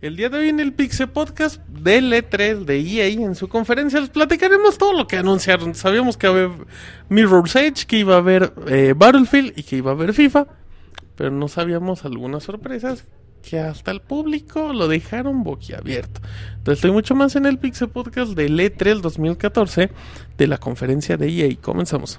El día de hoy en el Pixel Podcast del E3 de EA en su conferencia les platicaremos todo lo que anunciaron. Sabíamos que había Mirror's Edge, que iba a haber eh, Battlefield y que iba a haber FIFA, pero no sabíamos algunas sorpresas que hasta el público lo dejaron boquiabierto. Entonces estoy mucho más en el Pixel Podcast del E3 2014 de la conferencia de EA. Comenzamos.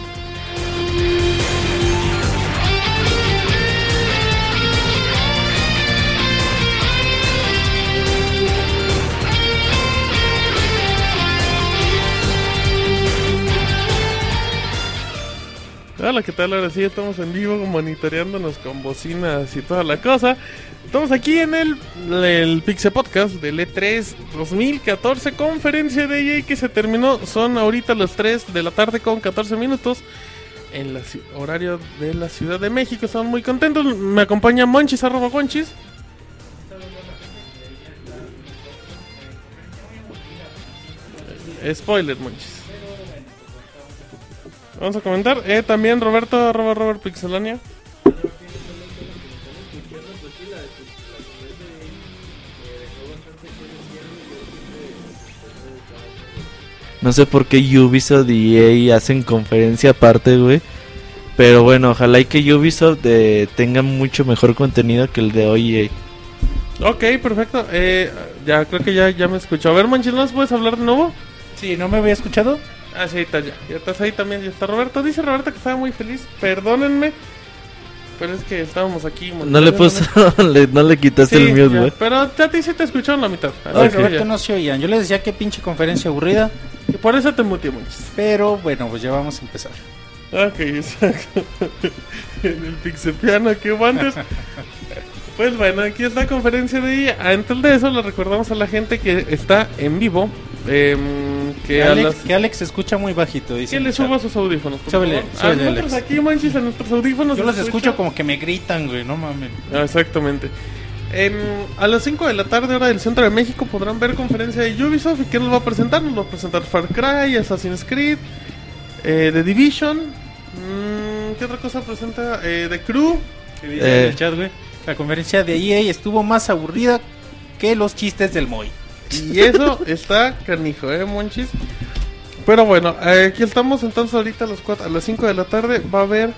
Hola, ¿qué tal? Ahora sí estamos en vivo monitoreándonos con bocinas y toda la cosa. Estamos aquí en el, el Pixel Podcast E del E3 2014, conferencia de EA que se terminó. Son ahorita las 3 de la tarde con 14 minutos en el horario de la Ciudad de México. Estamos muy contentos. Me acompaña Monchis, arroba Monchis. Spoiler, Monchis. Vamos a comentar. Eh, también Roberto, arroba Robert Pixelania. No sé por qué Ubisoft y EA hacen conferencia aparte, güey. Pero bueno, ojalá y que Ubisoft eh, tenga mucho mejor contenido que el de hoy E EA. Ok, perfecto. Eh, ya creo que ya, ya me escuchó. A ver, Manchil, ¿nos puedes hablar de nuevo? Sí, ¿no me había escuchado? Ah, sí, está ya. Ya estás ahí también, ya está Roberto. Dice Roberto que estaba muy feliz. Perdónenme. Pero es que estábamos aquí. No le puso, le- no le quitaste Sí, el mute, ya, güey. Pero a ti sí te escucharon la mitad. Así Ay, que Roberto ya. no se oían. Yo les decía que pinche conferencia aburrida. Y Por eso te muteé muchos. Pero bueno, pues ya vamos a empezar. Ok, exacto. en el pixepiano, qué guantes. Pues bueno, aquí es la conferencia de ella. Ah, Antes de eso, le recordamos a la gente que está en vivo. em, que Que a Alex, las que Alex se escucha muy bajito. Dice Que le el chat. suba sus audífonos. por Súbele, favor. súbele, a nosotros Alex. aquí, manches, a nuestros audífonos. Yo los se escucho como que me gritan, güey. No mames. Ah, Exactamente. En- a las 5 de la tarde, hora del centro de México, podrán ver conferencia de Ubisoft. ¿Y qué nos va a presentar? Nos va a presentar Far Cry, Assassin's Creed, eh, The Division. mm, ¿Qué otra cosa presenta? Eh, The Crew. Que dice Eh. el chat, güey. La conferencia de EA estuvo más aburrida que los chistes del Moy. Y eso está canijo, ¿eh, monchis? Pero bueno, eh, aquí estamos entonces ahorita a las, 4, a las 5 de la tarde. Va a haber...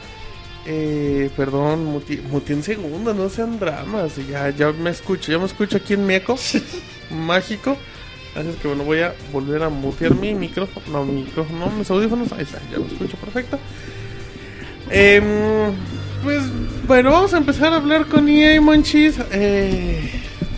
Eh, perdón, muti- muteé en segundo, no sean dramas. Ya, ya me escucho, ya me escucho aquí en mi eco mágico. Así es que bueno, voy a volver a mutear mi micrófono, no, mi micrófono, no, mis audífonos. Ahí está, ya lo escucho perfecto. Em, pues bueno, vamos a empezar a hablar con EA Monchis. Eh,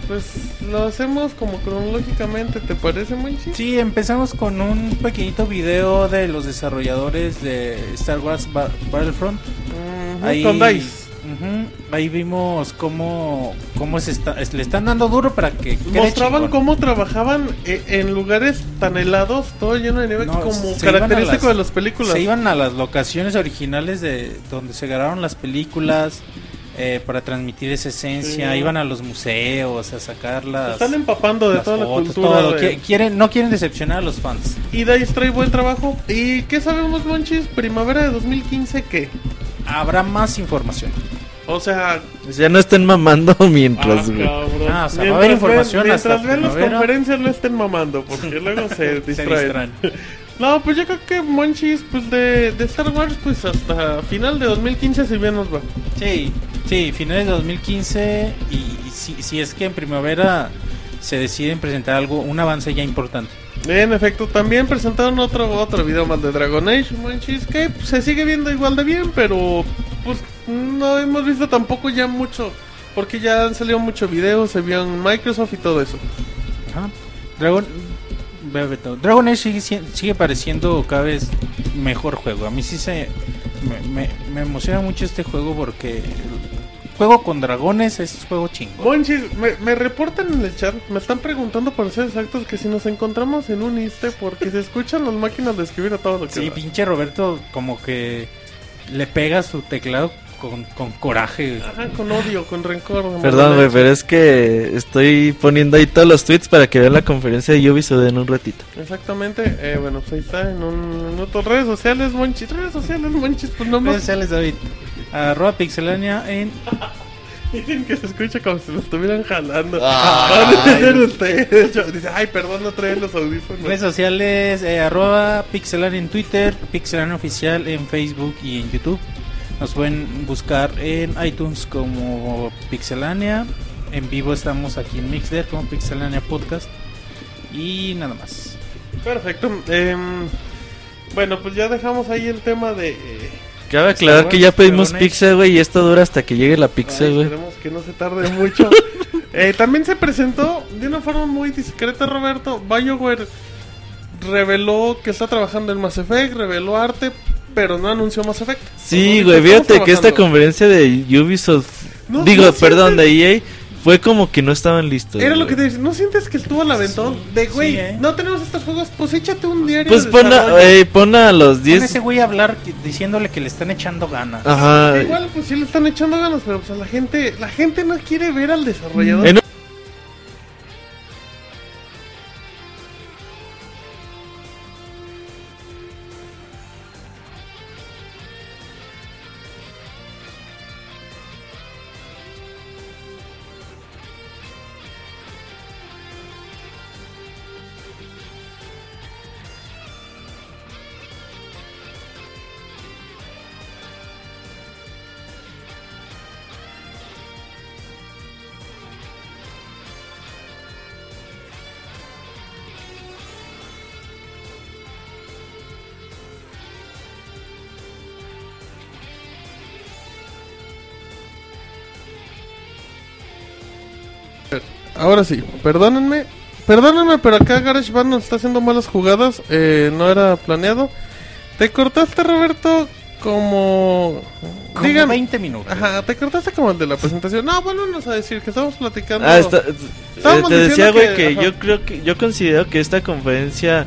pues lo hacemos como cronológicamente, ¿te parece Monchis? Sí, empezamos con un pequeñito video de los desarrolladores de Star Wars Ba- Battlefront. Ujú, Ahí, Con Dice. Ujú, ahí vimos cómo, cómo se está, es- le están dando duro para que quede Mostraban chingón. cómo trabajaban eh, en lugares tan helados, todo lleno de nieve, No, como se iban a característico de las- las películas. Se iban a las locaciones originales de donde se grabaron las películas eh, para transmitir esa esencia. Sí. Iban a los museos a sacar las, Están empapando de las toda fotos, la cultura. todo. de- Qui- Quieren, no quieren decepcionar a los fans. Y Dice trae buen trabajo. ¿Y qué sabemos, Monchis? Primavera de 2015, ¿qué? Habrá más información. O sea, ah, O sea, no estén mamando mientras, güey. cabrón. Ah, o sea, va a haber información ven, mientras hasta ven las primavera. conferencias no estén mamando, porque luego se Se distraen. No, pues yo creo que Monchis, pues de, de Star Wars, pues hasta final de 2015 si bien nos va. Sí, sí, finales de 2015 y, y si, si es que en primavera se deciden presentar algo, un avance ya importante. En efecto, también presentaron otro otro video más de Dragon Age, Monchis, que pues, se sigue viendo igual de bien, pero pues no hemos visto tampoco ya mucho, porque ya han salido muchos videos, se vio en Microsoft y todo eso. Ajá. Dragon, ve, Beto, Dragon Age sigue, si- sigue pareciendo cada vez mejor juego. A mí sí se me, me- me emociona mucho este juego porque juego con dragones es juego chingón. Monchis, me, me reportan en el chat, me están preguntando por ser exactos que si nos encontramos en un ISTE porque se escuchan las máquinas de escribir a todo lo que Sí, da. pinche Roberto como que le pega su teclado con, con coraje. Ajá, con odio, con rencor. de Perdón, güey, mala pero es que estoy poniendo ahí todos los tweets para que vean la conferencia de Ubisoft en un ratito. leche. Exactamente, eh, bueno, pues ahí está, en, un, en otras redes sociales, Monchis, redes sociales, Monchis, pues no Redes más sociales, David. Arroba pixelania en dicen que se escucha como si lo estuvieran jalando. Ah. Van a ser ustedes. Yo- dice, ay, perdón, no traen los audífonos. redes sociales, eh, arroba pixelania en Twitter, pixelania oficial en Facebook y en YouTube. Nos pueden buscar en iTunes como pixelania. En vivo estamos aquí en Mixder como pixelania podcast. Y nada más. Perfecto. em, bueno, pues ya dejamos ahí el tema de... eh, Cabe aclarar que ya pedimos pizza, güey, y esto dura hasta que llegue la pizza, ay, güey. esperemos que no se tarde mucho. Eh, también se presentó de una forma muy discreta, Roberto. BioWare reveló que está trabajando en Mass Effect, reveló arte, pero no anunció Mass Effect. Sí, Entonces, güey, estamos fíjate que este esta trabajando. conferencia de Ubisoft, No, digo, no perdón, sientes- de EA, fue como que no estaban listos. Era lo güey. que te decía, ¿no sientes que estuvo al aventón? de, güey, sí, eh. no tenemos estos juegos, pues échate un diario Pues de pon a, desarrollo. eh, pon a los Pon ese 10. güey a hablar que- diciéndole que le están echando ganas. Ajá. Igual, pues sí le están echando ganas, pero pues a la gente, la gente no quiere ver al desarrollador. En un- Ahora sí, perdónenme, perdónenme, pero acá GarageBand nos está haciendo malas jugadas, eh, no era planeado. Te cortaste, Roberto, como... Como Digan, 20 minutos. Ajá, te cortaste como el de la presentación. No, vuélvanos a decir que estamos platicando. Ah, está- eh, Estábamos te decía, diciendo güey, que, ajá. yo creo que yo considero que esta conferencia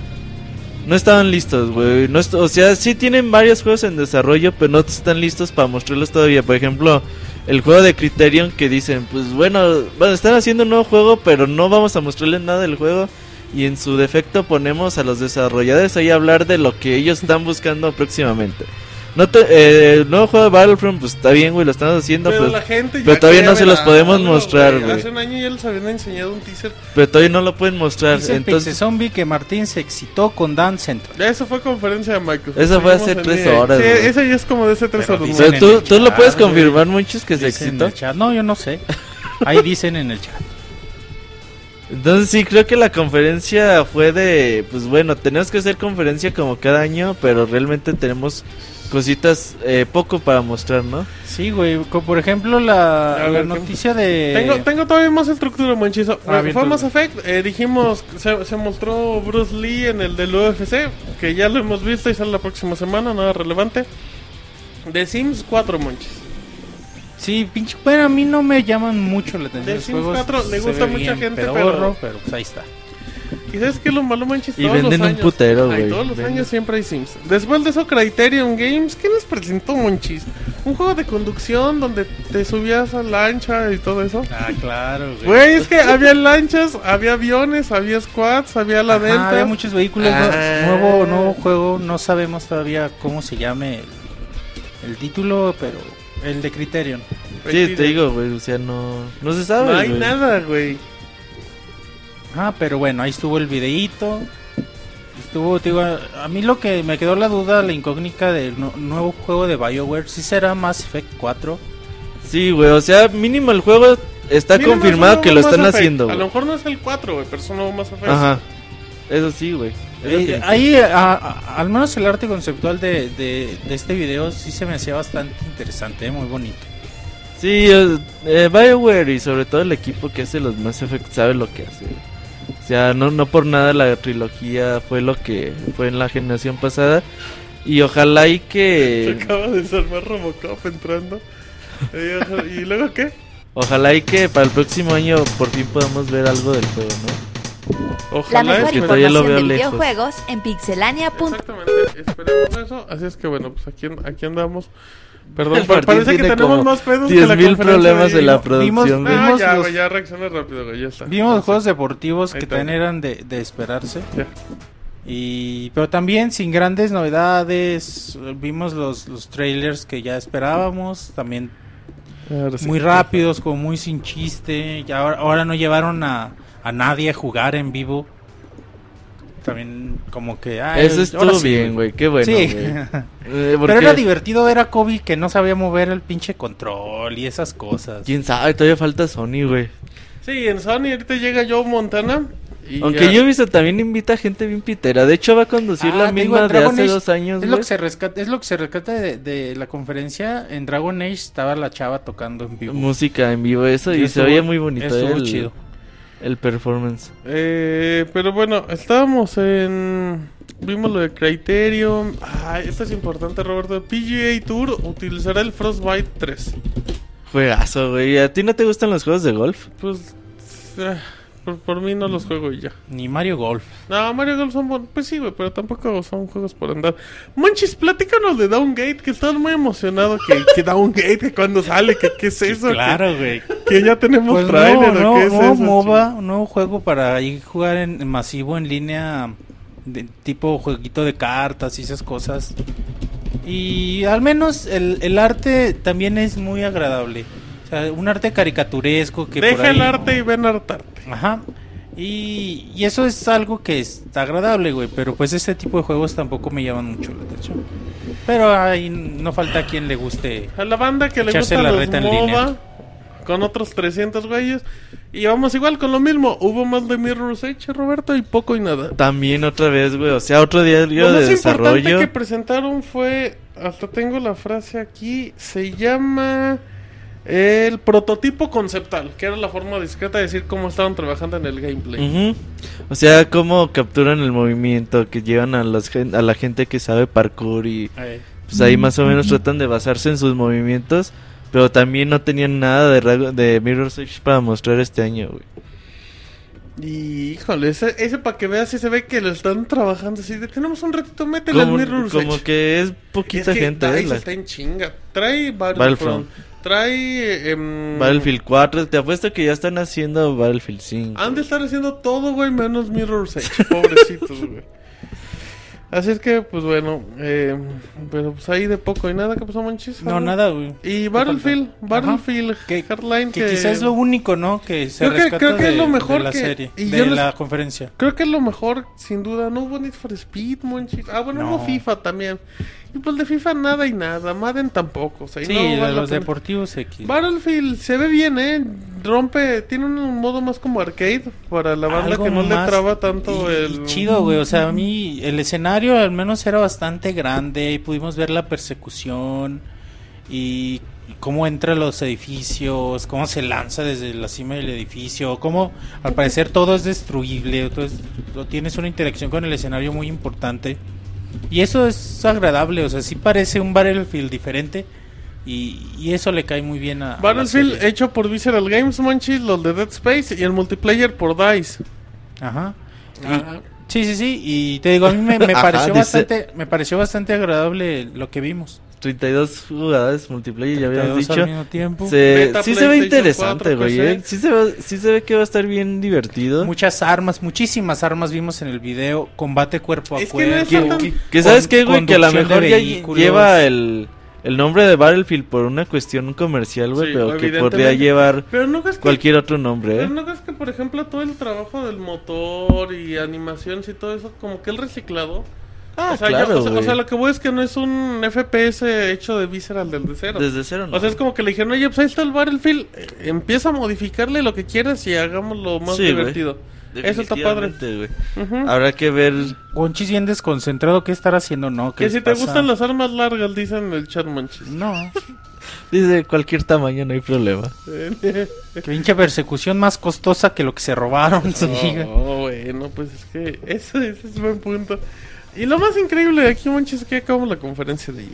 no estaban listos, güey. No est- o sea, sí tienen varios juegos en desarrollo, pero no están listos para mostrarlos todavía. Por ejemplo, el juego de Criterion que dicen, pues bueno, bueno, están haciendo un nuevo juego, pero no vamos a mostrarles nada del juego. Y en su defecto ponemos a los desarrolladores ahí a hablar de lo que ellos están buscando próximamente. No te- eh, el nuevo juego de Battlefront, pues está bien, güey, lo están haciendo, pues, Pero pero, la gente ya pero todavía quería no se ver los a- podemos algo, mostrar, güey. Hace un año ya les habían enseñado un teaser. pero todavía no lo pueden mostrar. Dice el entonces, Pixel Zombie que Martín se excitó con Dan Central. Eso fue conferencia de Microsoft. Eso fue hace Seguimos en tres EA. horas, Sí, güey. esa ya es como de hace tres Pero horas. dicen güey. Pero tú, el tú lo chat, puedes güey. confirmar, muchos que se Dicen en excitó. el chat. No, yo no sé. Ahí dicen en el chat. Entonces sí, creo que la conferencia fue de, pues bueno, tenemos que hacer conferencia como cada año, pero realmente tenemos cositas eh, poco para mostrar, ¿no? Sí, güey. co- Por ejemplo, la, A la ver, ¿qué- noticia de. Tengo, tengo todavía más estructura, Monchizo. Ah, Eh, bien, Fue tú. Mass Effect, eh, dijimos, se, se mostró Bruce Lee en el del UFC, que ya lo hemos visto y sale la próxima semana, nada relevante. The Sims 4, Monchis. Sí, pinche. Bueno, a mí no me llaman mucho la De atención. los Sims juegos, 4 le se gusta ve mucha bien gente, pedorro, pero- pero pues ahí está. ¿Y sabes qué es lo malo, Monchis? Y venden un putero, Ay, güey. todos los Venden. años siempre hay Sims. Después de eso, Criterion Games, ¿qué nos presentó, Monchis? Un juego de conducción donde te subías a lancha y todo eso. Ah, claro, Güey, es que había lanchas, había aviones, había squads, había la Ajá, había venta. muchos vehículos. no- Ah. Nuevo, nuevo juego. No sabemos todavía cómo se llame el, el título, pero. El de Criterion. Sí, te digo, güey, o sea, no, no se sabe. Pues No hay güey. nada, güey. Ah, pero bueno, ahí estuvo el videíto. Estuvo, te digo, a, a mí lo que me quedó la duda, la incógnita del nu- nuevo juego de BioWare, si será Mass Effect 4. Sí, güey, o sea, mínimo el juego está Mira, confirmado más que lo o menos están Mass Effect. haciendo. A güey. lo mejor no es el 4, güey, pero es un nuevo Mass Effect. Ajá. Eso sí, güey. Es lo Eh, que- ahí, a- a- al menos el arte conceptual de, de- de este video sí se me hacía bastante interesante, eh, muy bonito. Sí, eh, eh, BioWare y sobre todo el equipo que hace los Mass Effect sabe lo que hace. O sea, no, no por nada la trilogía fue lo que fue en la generación pasada. Y ojalá y Se que... acaba de desarmar Robocop entrando. Y, ¿Y luego qué? Ojalá y que para el próximo año por fin podamos ver algo del juego, ¿no? La Ojalá mejor que esperemos- todavía lo información veo de lejos. videojuegos en pixelania. Exactamente, esperemos eso. Así es que bueno, pues aquí, aquí andamos. Perdón, El pa- Martín parece que tiene tenemos como más pedos que la 10.000 conferencia problemas de la Xbox. producción. vimos- güey. Ah, Vimos ya, los- güey, ya reaccioné rápido, güey, ya está. Vimos los juegos deportivos Ahí que está. también eran de, de esperarse. Ya. Y, pero también sin grandes novedades. Vimos los, los trailers que ya esperábamos. También Ahora sí. muy rápidos, como muy sin chiste. Ya ahora, ahora no llevaron a, a nadie a jugar en vivo. También como que... ah, Eso ahora estuvo sí, bien, güey. Qué bueno, sí. güey. Eh, porque- Pero era divertido, era Kobe que no sabía mover el pinche control y esas cosas. Quién sabe, todavía falta Sony, güey. Sí, en Sony ahorita llega Joe Montana. Y Aunque ya- yo he visto también invita gente bien pitera. De hecho, va a conducir Ah, la te misma digo, en de Dragon hace Age dos años, Es lo, güey. que se rescata, es lo que se rescata de, de la conferencia. En Dragon Age estaba la chava tocando en vivo. Música en vivo, eso. Y, Y se estuvo- veía muy bonito estuvo el, chido. el performance. Eh, pero bueno, estábamos en. Vimos lo de Criterion. Ah, esto es importante, Roberto. PGA Tour utilizará el Frostbite 3. Juegazo, güey. ¿A ti no te gustan los juegos de golf? Pues. eh, por, por mí no los juego y ya. Ni Mario Golf. No, Mario Golf son bon- Pues sí, güey, pero tampoco son juegos por andar. Monchis, platícanos de Downgate, que estás muy emocionado. Que, que Downgate, que cuando sale, que qué es eso. que- claro, güey. Que, ya tenemos Pues trailer, no, ¿o qué no, es no, eso, MOBA, un nuevo juego para ahí jugar en, en masivo en línea, de, tipo jueguito de cartas y esas cosas. Y al menos el, el arte también es muy agradable. O sea, un arte caricaturesco que por Deja el ahí- arte y ven a hartarte. Ajá. Y, y eso es algo que está agradable, güey. Pero pues este tipo de juegos tampoco me llaman mucho la atención. Pero ahí no falta quien le guste. A la banda que le Echarse gusta la los reta en MOBA línea. con otros 300 güeyes. Y vamos igual con lo mismo. Hubo más de Mirror's Edge, Roberto, y poco y nada. También otra vez, güey. O sea, otro día Lo de más importante desarrollo. que presentaron fue, hasta tengo la frase aquí, se llama el prototipo conceptual, que era la forma discreta de decir cómo estaban trabajando en el gameplay. Ujú. O sea, cómo capturan el movimiento, que llevan a, las gen- a la gente que sabe parkour y pues ahí más o menos tratan de basarse en sus movimientos, pero también no tenían nada de, rasgo- de Mirror's Edge para mostrar este año, güey. Y híjole, ese, ese para que veas si se ve que lo están trabajando así, de tenemos un ratito, métele al Como, Mirror's como Edge". que es Es poquita que gente, ¿eh? DICE La- está en chinga. Trae Battlefront. Trae. em, Battlefield 4, te apuesto que ya están haciendo Battlefield 5. Han de estar haciendo todo, güey, menos Mirror's Edge. Pobrecitos, güey. Así es que, pues bueno. eh, pero pues ahí de poco. ¿Y nada que pasó, Monchis? No, nada, güey. Y Battlefield. Ajá. Battlefield Que- Hardline. Que quizás es lo único, ¿no? Que se Creo que- rescata creo que es de- lo mejor de la que- serie, y yo de les- la conferencia. Creo que es lo mejor, sin duda. No hubo Need for Speed, Monchis. Ah, bueno, No. hubo FIFA también. Y pues de FIFA nada y nada. Madden tampoco. O sea, y Sí, no vale la de los pena. deportivos X. Battlefield se ve bien, ¿eh? Rompe, tiene un modo más como arcade para la banda Algo que no le más traba tanto y- y el... Chido, güey. O sea, a mí el escenario al menos era bastante grande y pudimos ver la persecución y y cómo entra a los edificios, cómo se lanza desde la cima del edificio, cómo al parecer todo es destruible. Entonces lo- tienes una interacción con el escenario muy importante. Y eso es agradable. O sea, sí parece un Battlefield diferente y, y eso le cae muy bien a. a la Battlefield serie. hecho por Visceral Games, Monchis, los de Dead Space y el multiplayer por DICE. Ajá. Y- Ajá. Sí, sí, sí, y te digo, a mí me, me Ajá, pareció dice. bastante, me pareció bastante agradable lo que vimos. 32 jugadas multiplayer, ya habíamos Todos al dicho. mismo tiempo. Se- Beta sí se ve PlayStation interesante, 4, güey. PC. ¿eh? Sí, se ve- sí se ve que va a estar bien divertido. Muchas armas, muchísimas armas vimos en el video, combate cuerpo a Es que no cuerpo. es Que, Faltan- que- que sabes con- qué, güey, que a lo conducción de mejor ya vehículos. lleva el, el nombre de Battlefield por una cuestión comercial, güey, Sí, pero que evidentemente. podría llevar Pero no crees que... cualquier otro nombre, Pero ¿eh? no crees que, por ejemplo, todo el trabajo del motor y animaciones y todo eso, como que el reciclado... Ah, o, sea, claro, ya- o sea- o güey. sea, lo que voy es que no es un FPS hecho de Visceral desde cero. Desde cero, ¿no? O sea, es como que le dijeron, oye, pues ahí está el Battlefield, eh, empieza a modificarle lo que quieras y hagámoslo más Sí, güey. divertido. Eso está padre. Definitivamente, Ah, güey. Ujú. Habrá que ver. Gonchis bien desconcentrado, ¿qué estará haciendo? No, ¿qué Que si les pasa? te gustan las armas largas, dicen en el chat manches. No, Dice cualquier tamaño, no hay problema. Eh, qué pinche persecución más costosa que lo que se robaron. sí, Oh. güey. No, bueno, pues es que eso, ese es buen punto. Y lo más increíble de aquí, manches, es que acabamos la conferencia de EA.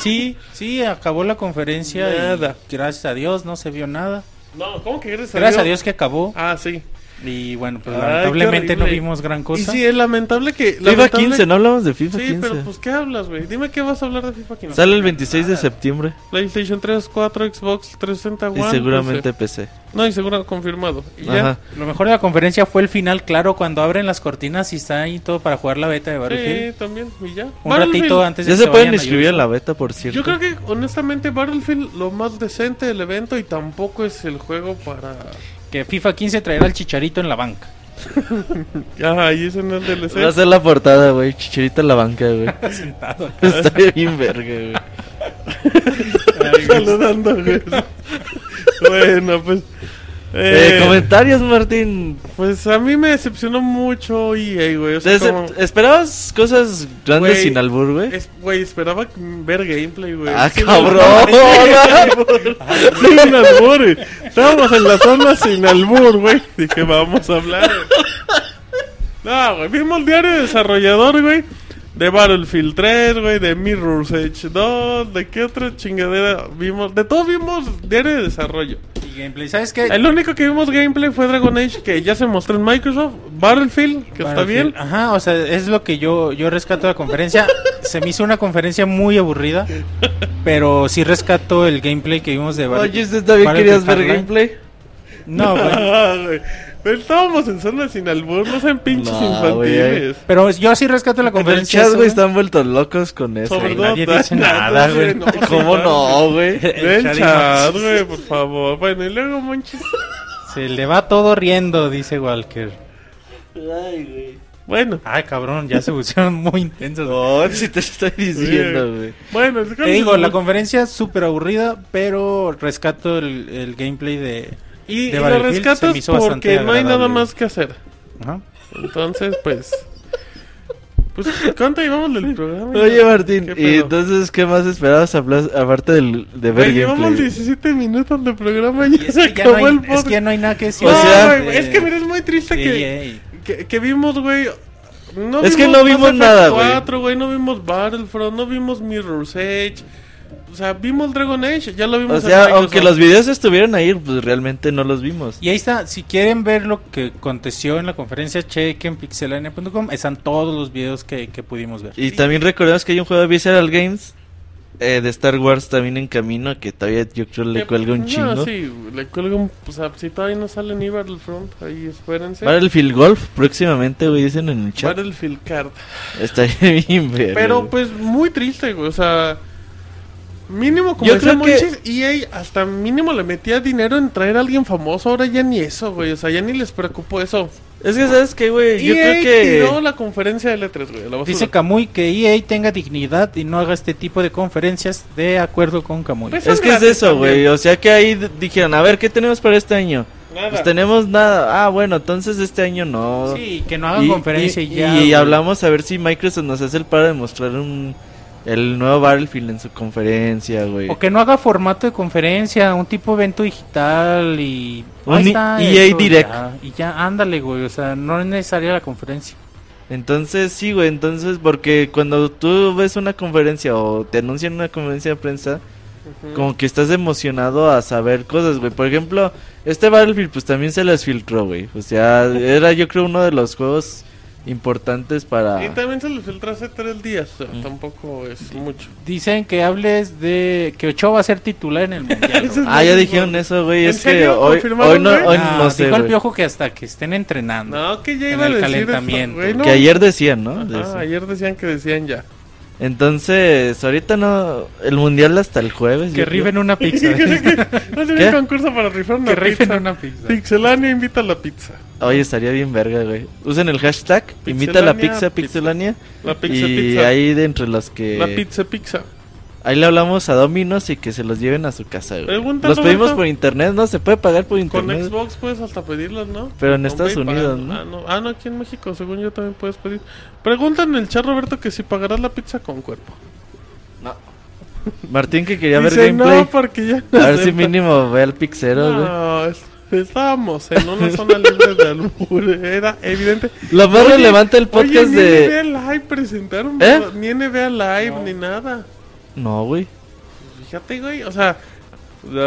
Sí, sí, acabó la conferencia. y Nada. gracias a Dios, no se vio nada. No, ¿cómo que gracias, Gracias a Dios que acabó. Ah, sí. Y bueno, pues Ay, qué lamentablemente no horrible. vimos gran Y cosa. sí, eh, es lamentable que... FIFA lamentable- 15, no hablamos de FIFA Sí, 15. pero pues ¿qué hablas, güey? Dime qué vas a hablar de FIFA 15. Sale el 26 de septiembre PlayStation 3, 4, Xbox 360, y One, pues, eh, seguramente PC. PC. No, y seguro confirmado. Y ya. Ajá. Lo mejor de la conferencia fue el final, claro, cuando abren las cortinas y está ahí todo para jugar la beta de Battlefield. Sí, también, y ya. Un Battlefield. ratito antes de Ya que se pueden vayan a inscribir a Ubisoft. la beta, por cierto. Yo creo que honestamente Battlefield lo más decente del evento y tampoco es el juego para... Que FIFA 15 traerá al chicharito en la banca. Ajá, y ese no es DLC. Va a ser la portada, güey. Chicharita en la banca, güey. Sentado. Está bien verga, güey. Saludando, güey. bueno, pues... Eh, eh, comentarios, Martín. pues a mí me decepcionó mucho EA, güey. O sea, Decep- Pues como- ¿Esperabas cosas grandes Güey, sin albur, güey? es- Güey, esperaba ver gameplay, güey. ¡Ah, Sí, cabrón! Sin albur, güey. Estábamos en la zona sin albur, güey. Dije, vamos a hablar. güey. No, güey. Vimos el diario desarrollador, güey. De Battlefield 3, güey. De Mirror's Edge 2. ¿De qué otra chingadera vimos? De todo vimos diario de desarrollo. Y gameplay, ¿sabes qué? El único que vimos gameplay fue Dragon Age, que ya se mostró en Microsoft. Battlefield, que está Battlefield. bien. Ajá, o sea, es lo que yo, yo rescato de la conferencia. Se me hizo una conferencia muy aburrida, pero sí rescato el gameplay que vimos de Battle- Oye, ¿usted también querías ver Battlefield Hardline. gameplay? No, güey. Ah, güey. Pero Estábamos en zona sin albur, no sean pinches No, infantiles. Pero yo sí rescato la En el conferencia. chat, esa, güey, están vueltos locos con eso. Sobre todo, güey. nadie dice nada, güey. ¿Cómo no, güey? Ven El chat, güey, por favor. Bueno, y luego, manches. Se le va todo riendo, dice Walker. Bueno, Ay, cabrón, ya se pusieron muy intensos. No, si te estoy diciendo, güey. bueno, es Te digo, la conferencia es súper aburrida, pero rescato el, el gameplay de... Y, y de lo Battlefield se rescatas me hizo porque bastante no hay nada agradable. más que hacer. Ajá. Entonces, pues. Pues, ¿cuánto llevamos del programa? Oye, Martín, ¿Qué ¿y pedo? entonces qué más esperabas apla- aparte del, de ver Güey, llevamos gameplay? 17 minutos de programa y ya Es se que, ya no acabó hay, el podcast. es que ya no hay nada que decir. Ah, No, O sea, güey, es que mira, es muy triste Sí, que, ey. que, que vimos, güey. No Es que no vimos Mass Effect nada, güey. 4, güey. No vimos Battlefront, no vimos Mirror's Edge. O sea, vimos Dragon Age, ya lo vimos. O en sea, Microsoft. aunque los videos estuvieron ahí, pues realmente no los vimos. Y ahí está, si quieren ver lo que aconteció en la conferencia, chequen pixelania.com, están todos los videos que, que pudimos ver. Y también recordemos que hay un juego de Visceral Games eh, de Star Wars también en camino que todavía yo creo le Eh, cuelga un no, chingo. sí, le cuelga un. O sea, si todavía no sale ni Battlefront, ahí espérense. Battlefield Golf próximamente, güey, dicen en el chat. Battlefield Card. Está bien, verga, Pero güey. pues muy triste, güey. O sea, mínimo como Yo decía creo que- Monchis, EA hasta mínimo le metía dinero en traer a alguien famoso. Ahora ya ni eso, güey. O sea, ya ni les preocupó eso. Es que, ¿sabes qué, güey? Yo EA creo que... tiró la conferencia de L3, güey. a la basura. Dice Camuy que EA tenga dignidad y no haga este tipo de conferencias de acuerdo con Camuy. Pues, Es que es gratis eso, güey. también. O sea que ahí d- dijeron, a ver, ¿qué tenemos para este año? Nada. Pues tenemos nada. Ah, bueno, entonces este año no. Sí, que no hagan conferencia y, ya. y güey. hablamos a ver si Microsoft nos hace el para de mostrar un, el nuevo Battlefield en su conferencia, güey. O que no haga formato de conferencia, un tipo evento digital y... Un ahí i- EA eso, Direct. ya. y ya, ándale, güey, o sea, no es necesaria la conferencia. Entonces, sí, güey. Entonces, porque cuando tú ves una conferencia o te anuncian una conferencia de prensa, Ujú. como que estás emocionado a saber cosas, güey. Por ejemplo, este Battlefield, pues también se les filtró, güey. O sea, era yo creo uno de los juegos importantes para. Y también se les filtró hace tres días. o sea, Mm. Tampoco es mucho. Dicen que hables de que Ochoa va a ser titular en el Mundial. Eso es Ah, ya muy dijeron bueno. eso, güey. ¿En Es que serio? hoy, ¿Confirmaron, hoy no, güey? hoy Ah, no sé, dijo el güey. piojo que hasta que estén entrenando. No, que ya En iba a el decir eso, calentamiento. güey, no. Que ayer decían, ¿no? Ah, De Ajá, eso. ayer decían que decían ya. Entonces, ahorita no. El mundial hasta el jueves. Que yo creo. rifen una pizza. No se ve un concurso para rifar una que rifen pizza. una pizza. Pixelania invita a la pizza. Oye, estaría bien verga, güey. Usen el hashtag. Invita a la pizza, pixelania. La pizza y pizza. ahí eh, de entre los que. La pizza pizza. Ahí le hablamos a Dominos y que se los lleven a su casa, güey. Pregunta, los pedimos Roberto. por internet, no se puede pagar por Con internet. Xbox puedes hasta pedirlas, ¿no? Pero en Con Estados PayPal. Unidos, ¿no? Ah, ¿no? Ah, no, aquí en México, según yo también puedes pedir. Pregunta en el chat, Roberto, que si pagarás la pizza con cuerpo. Martín que quería ver Dice, gameplay. no, porque ya a ver si acepta". mínimo ve al pixero, güey. No, es- eh, estábamos en una zona libre de albur, era evidente. Lo más Oye, relevante del Oye, podcast ni de. NBA Live presentaron, ¿Eh? ni NBA Live, ni nada. No, güey. Fíjate, güey, o sea...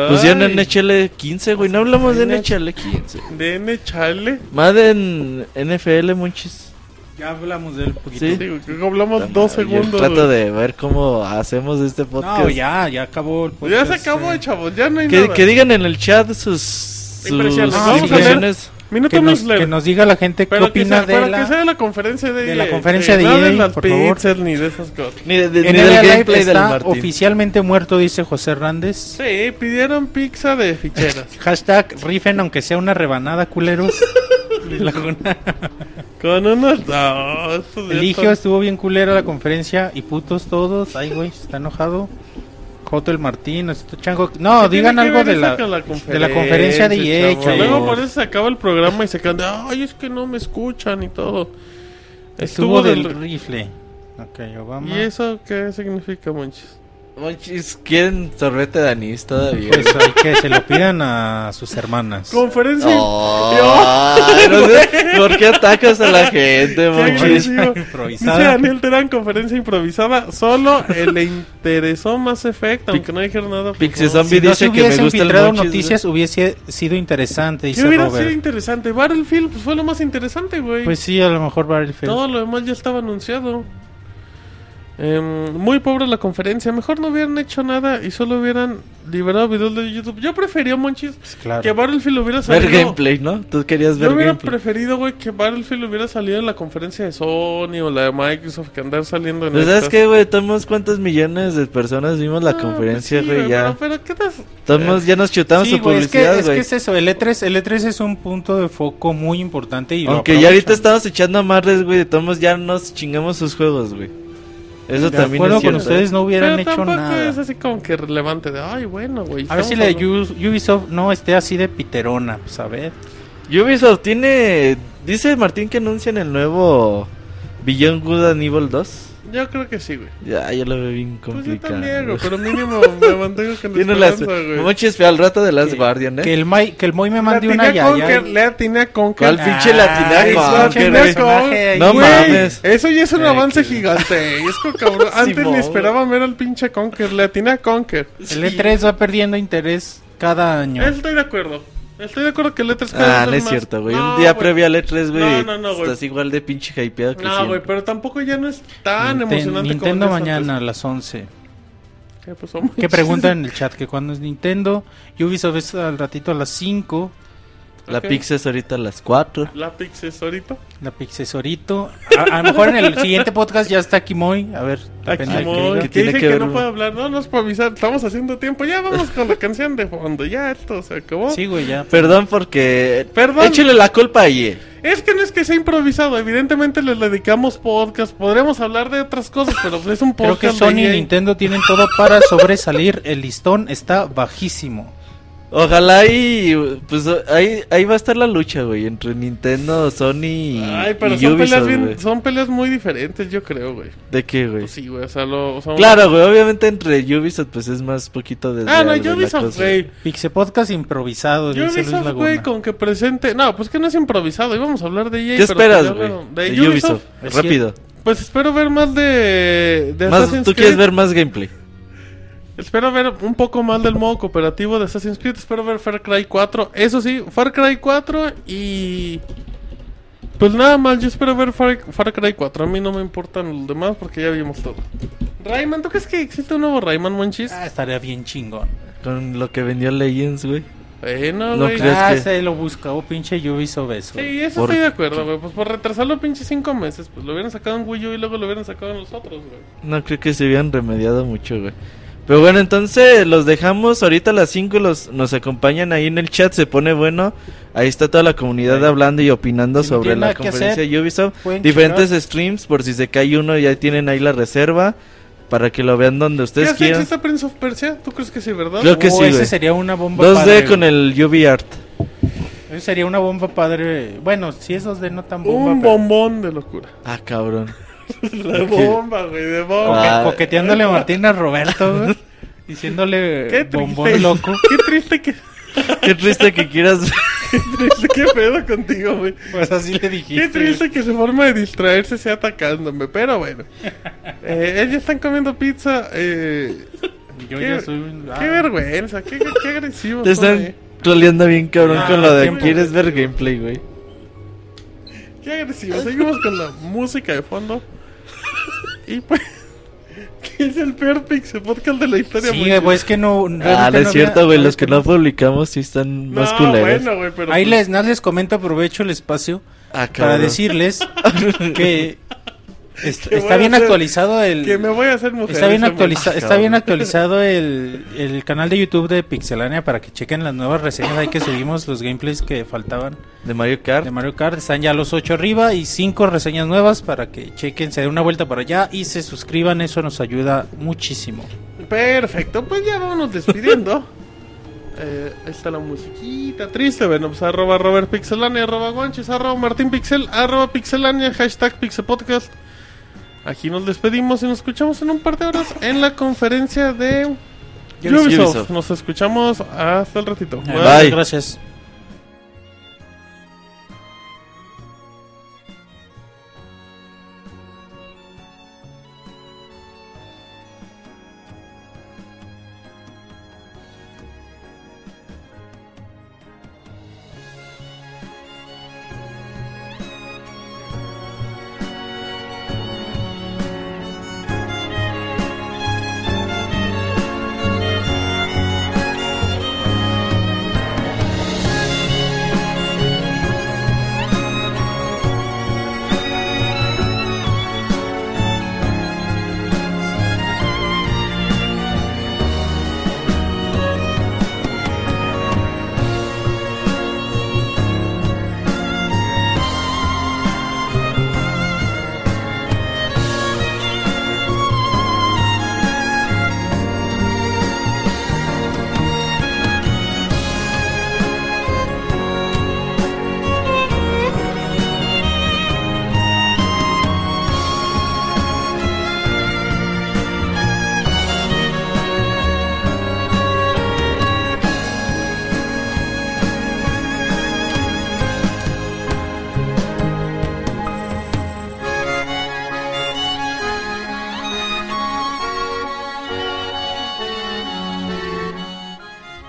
Pusieron ay, NHL 15, güey. No hablamos de Ay, NHL 15. De NHL. Madden NFL, monchis. Ya hablamos de él poquito. Sí. Digo, creo que hablamos dos Yo segundos. güey. Trato de ver cómo hacemos este podcast. No, ya, ya acabó el Pues Ya podcast, se acabó, eh. chavos, ya no hay Que, nada. que digan en el chat sus, sus Impresiones. Vamos a impresiones. Minuto Que nos, newsletter. que nos diga la gente qué Pero que opina sea, de pero que sea la... de la conferencia de, de la EA, conferencia sí, de no EA, las por favor. pizzas ni de esas cosas. Ni, de- de- ni En del el gameplay gameplay del está Martín. oficialmente muerto, dice José Hernández. Sí, pidieron pizza de ficheras. Hashtag rifen aunque sea una rebanada, culeros. La jona- con unos... No, estos ya Eligio están- estuvo bien culera la conferencia y putos todos. Ay, güey, está enojado. Joto el Martín, esto chango. No, ¿Qué digan tiene que ver algo de eso la, con de la conferencia de E EA, chavos? chavos. Luego pues, por eso se acaba el programa y se quedan de, ay, es que no me escuchan y todo. Estuvo del rifle. Ok, Obama. ¿Y eso qué significa, Monchis? Monchis, quieren sorbete danís todavía. Pues hay que se lo pidan a sus hermanas. Conferencia. Ay, no sé, ¿Por qué atacas a la gente, Qué monchis? agresivo. Dice Improvisada. Daniel Terán, conferencia improvisada. Solo eh, le interesó Mass Effect, aunque no dijeron nada. por Pixie favor. Zombie Si no dice se que me hubiesen gusta el filtrado monchis. noticias, hubiese sido interesante, ¿Qué dice hubiera sido Robert. interesante? Battlefield pues, fue lo más interesante, güey. Pues sí, a lo mejor Battlefield. Todo lo demás ya estaba anunciado. Em, muy pobre la conferencia. Mejor no hubieran hecho nada y solo hubieran liberado videos de YouTube. Yo prefería, Monchis, Pues claro. que Battlefield hubiera Ver salido. gameplay, ¿no? Tú querías ver Yo hubiera gameplay. preferido, güey, que Battlefield hubiera salido en la conferencia de Sony o la de Microsoft que andar saliendo en Pues sabes estas. que, güey, tomamos cuántos millones de personas vimos la Ah, conferencia, pues sí, güey, ya. Pero, pero ¿qué das? Tomamos, ya nos chutamos Sí, su güey, es que, publicidad, es que güey. es eso, el E3, el E3 es un punto de foco muy importante y lo Aunque ya ahorita aprovechan. estamos echando amarres, güey, de tomamos ya nos chingamos sus juegos, güey. Eso de también acuerdo es con cierto. ¿eh? ustedes no hubieran Pero hecho tampoco nada. es así como que relevante de, ay, bueno, güey. A ver si la estamos de Ubis- Ubisoft no esté así de piterona, pues a ver. eh. Ubisoft tiene... Dice Martín que anuncian el nuevo Beyond Good and Evil 2. hablando". Yo creo que sí, güey. Ya, yo lo veo bien Pues yo complicado. también, güey, güey. pero mínimo me mantengo con Tiene las... esperanza, güey. Muchas fea al rato de Last Guardian, Que ¿eh? el, Mai- que el Moy me mande Le una atiné a ya, Conker, Le atiné a Conker. ¿Cuál pinche Ay, latinaco? le Ah, atiné qué a güey. Conker. No Güey, mames. Eso ya es un Eh, avance que- gigantesco, cabrón. Antes Simón, ni güey. esperaban ver al pinche Conker. Le atiné a Conker. El E3 va perdiendo interés cada año. Estoy de acuerdo. Estoy de acuerdo que el E3 cada Ah, vez no es más- cierto, güey. No, Un día previo al E3, güey. No, no, no, güey. Estás igual de pinche hypeado que No, siempre. güey, pero tampoco ya no es tan Ninten- emocionante Nintendo como antes. mañana a las 11. ¿Qué pasó, Monchis? Que preguntan en el chat que cuándo es Nintendo. Ubisoft es al ratito a las 5. pues, La Ok. pizza es ahorita a las 4. La Pixes ahorita. La Pixesorito. A, a lo mejor en el siguiente podcast ya está Kimoy. A ver, depende de Aquí qué voy. diga. Que que tiene dicen que que ver- no puedo hablar. No, no es para avisar. Estamos haciendo tiempo. Ya vamos con la canción de fondo. Ya esto se acabó. Sí, güey, ya. Perdón porque... Perdón. Échale la culpa a EA. Es que no es que sea improvisado. Evidentemente les dedicamos podcast. Podremos hablar de otras cosas, pero pues es un Creo podcast. que Sony de y EA. Nintendo tienen todo para sobresalir. El listón está bajísimo. Ojalá y... Pues ahí, ahí va a estar la lucha, güey. Entre Nintendo, Sony y, Ay, pero y son peleas, Ubisoft, bien- güey. son peleas muy diferentes, yo creo, güey. ¿De qué, güey? Pues sí, güey. O sea, lo. o sea, Claro, güey. Obviamente entre Ubisoft, pues es más poquito de... Ah, no, Ubisoft, güey. Pixel Podcast improvisado, dice Luis Ubisoft, Laguna. güey, con que presente. No, pues que no es improvisado. Íbamos a hablar de EA. ¿Qué pero pues esperas, ya güey? hablaron. De De, Ubisoft. Ubisoft. Es Rápido. Pues espero ver más de. de Más, Assassin's ¿Tú quieres Creed. ver más gameplay? Espero ver un poco más del modo cooperativo de Assassin's Creed. Espero ver Far Cry 4. Eso sí, Far Cry 4 y. Pues nada más, yo espero ver Far, Far Cry 4. A mí no me importan los demás porque ya vimos todo. Rayman, ¿tú crees que existe un nuevo Rayman, Monchis? Ah, estaría bien chingón. Con lo que vendió Legends, güey. Bueno, no güey. creo. ¿Crees Ah, que- se lo busca, oh, pinche Ubisoft eso. Sí, eso Por- estoy de acuerdo, güey. Pues por retrasarlo pinche cinco meses. Pues lo hubieran sacado en Wii U y luego lo hubieran sacado en los otros, güey. No creo que se hubieran remediado mucho, güey. Pero bueno, entonces los dejamos ahorita a las 5, los, nos acompañan ahí en el chat, se pone bueno. Ahí está toda la comunidad Sí. hablando y opinando Si no sobre tienen la nada que conferencia hacer, de Ubisoft. pueden Diferentes streams, por si se cae uno, ya tienen ahí la reserva para que lo vean donde ¿Qué ustedes hace? quieran. ¿Existe Prince of Persia? ¿Tú crees que sí, verdad? Creo que Oh, sí, ese güey. sería una bomba 2D padre, con güey. el UbiArt. Ese sería una bomba padre. Bueno, si es 2D no tan bomba. Un pero- bombón de locura. Ah, cabrón. De Ok. bomba, güey, de bomba. Coque- Ah. coqueteándole a Martín a Roberto, güey. Diciéndole Qué triste. bombón loco. Qué triste que. Qué triste que quieras. Qué triste, qué pedo contigo, güey. Pues así le dijiste. Qué triste que su forma de distraerse sea atacándome, pero bueno. Eh, ellos están comiendo pizza. Eh, Yo Qué- ya soy un- ah, Qué vergüenza, qué, qué- qué agresivo. Te son, están eh. troleando bien cabrón Ah, con lo de tiempo. quieres ver gameplay, güey. Qué agresivo. Seguimos con la música de fondo. Y pues. que es el peor Pixel Podcast de la historia. Ah. Sí, mundial. güey, pues, es que no. realmente Ah, no es había- cierto, güey. Los que había- no publicamos sí están No, más culeros. bueno, güey, pero. ¿eh? Ahí pues, les, nada les comento, aprovecho el espacio Ah, para cabrón. decirles que est- Que voy está a bien hacer- actualizado Que me el. voy a hacer mujer. Está bien, esa actualiza- mujer. está bien actualizado el, el canal de YouTube de Pixelania para que chequen las nuevas reseñas ahí que subimos, los gameplays que faltaban De Mario Kart. de Mario Kart. Están ya los 8 arriba y 5 reseñas nuevas para que chequen, se den una vuelta para allá y se suscriban. Eso nos ayuda muchísimo. Perfecto, pues ya vámonos despidiendo. Eh, ahí está la musiquita triste. Bueno, pues arroba Robert Pixelania, arroba Guanches, arroba Martín Pixel, arroba Pixelania, hashtag Pixelpodcast. Aquí nos despedimos y nos escuchamos en un par de horas en la conferencia de Ubisoft. Ubisoft. Nos escuchamos hasta el ratito. Bye. Bye. Gracias.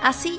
Así